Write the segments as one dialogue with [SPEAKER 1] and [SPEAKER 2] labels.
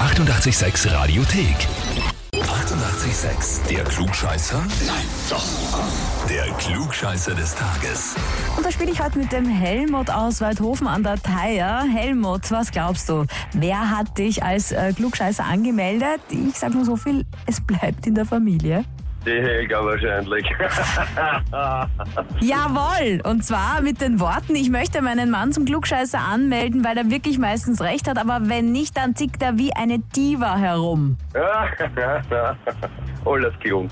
[SPEAKER 1] 886 Radiothek. 88,6. Der Klugscheißer? Nein, doch. Der Klugscheißer des Tages.
[SPEAKER 2] Und da spiele ich heute mit dem Helmut aus Waldhofen an der Theier. Helmut, was glaubst du? Wer hat dich als äh, Klugscheißer angemeldet? Ich sag nur so viel, es bleibt in der Familie.
[SPEAKER 3] Die Helga wahrscheinlich.
[SPEAKER 2] Jawohl! Und zwar mit den Worten, ich möchte meinen Mann zum Klugscheißer anmelden, weil er wirklich meistens recht hat, aber wenn nicht, dann tickt er wie eine Diva herum.
[SPEAKER 3] Alles gelungen.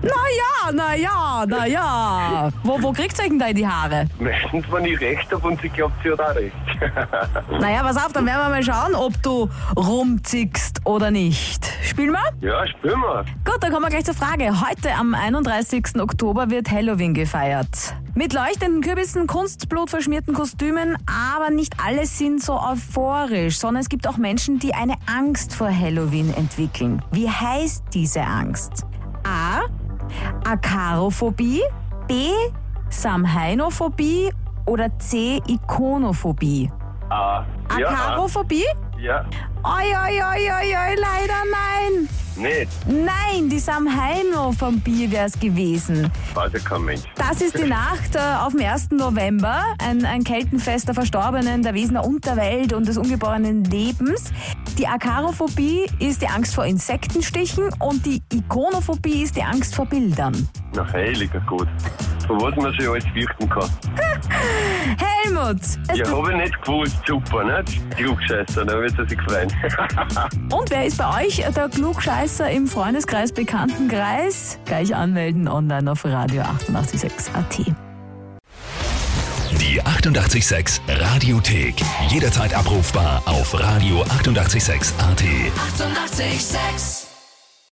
[SPEAKER 2] Naja, naja, naja. Wo, wo kriegt ihr denn da in die Haare?
[SPEAKER 3] Meistens, wenn ich recht habe und sie glaubt, sie hat auch recht.
[SPEAKER 2] Naja, pass auf, dann werden wir mal schauen, ob du rumzickst oder nicht. Spielen wir?
[SPEAKER 3] ja, spüren wir.
[SPEAKER 2] Gut, dann kommen wir gleich zur Frage. Heute am 31. Oktober wird Halloween gefeiert. Mit leuchtenden Kürbissen, kunstblutverschmierten Kostümen, aber nicht alle sind so euphorisch, sondern es gibt auch Menschen, die eine Angst vor Halloween entwickeln. Wie heißt diese Angst? A. Akarophobie, B. Samhainophobie oder C. Ikonophobie?
[SPEAKER 3] Ah, ja,
[SPEAKER 2] Akarophobie?
[SPEAKER 3] ah, ja,
[SPEAKER 2] Oi, oi, oi, oi, oi, leider nein!
[SPEAKER 3] nicht.
[SPEAKER 2] Nein, die Samhaino-Phobie wäre es gewesen.
[SPEAKER 3] Weiß ja kein Mensch.
[SPEAKER 2] Das ist die Nacht äh, auf dem 1. November, ein, ein Keltenfest der Verstorbenen, der Wesen der Unterwelt und des ungeborenen Lebens. Die Akarophobie ist die Angst vor Insektenstichen und die Ikonophobie ist die Angst vor Bildern.
[SPEAKER 3] Na, heiliger Gott. Von was man sich alles fürchten kann.
[SPEAKER 2] Helmut! es
[SPEAKER 3] Ja,
[SPEAKER 2] tut-
[SPEAKER 3] habe ich nicht gewusst. Super, nicht? Klugscheißer, da wird er sich freuen.
[SPEAKER 2] Und wer ist bei euch der Klugscheißer im Freundeskreis, Bekanntenkreis? Gleich anmelden online auf radio 886 AT.
[SPEAKER 1] Die 88,6 Radiothek. Jederzeit abrufbar auf radio886.at. 88,6.
[SPEAKER 4] Eighty-eight, sex.